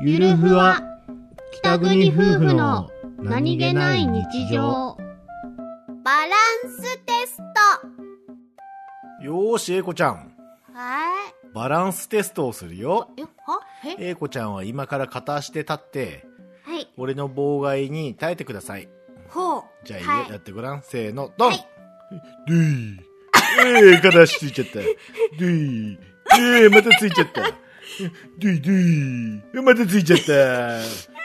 ゆるふわ北国夫婦の何気ない日常バランステストよーし、英子ちゃん。はバランステストをするよ。いえはえ英子ちゃんは今から片足で立って、はい俺の妨害に耐えてください。ほうじゃあ、はいやってごらん。せーの、ドン、はいでー。えー、片足ついちゃった。でー。えー、またついちゃった。でーでー。またついちゃった。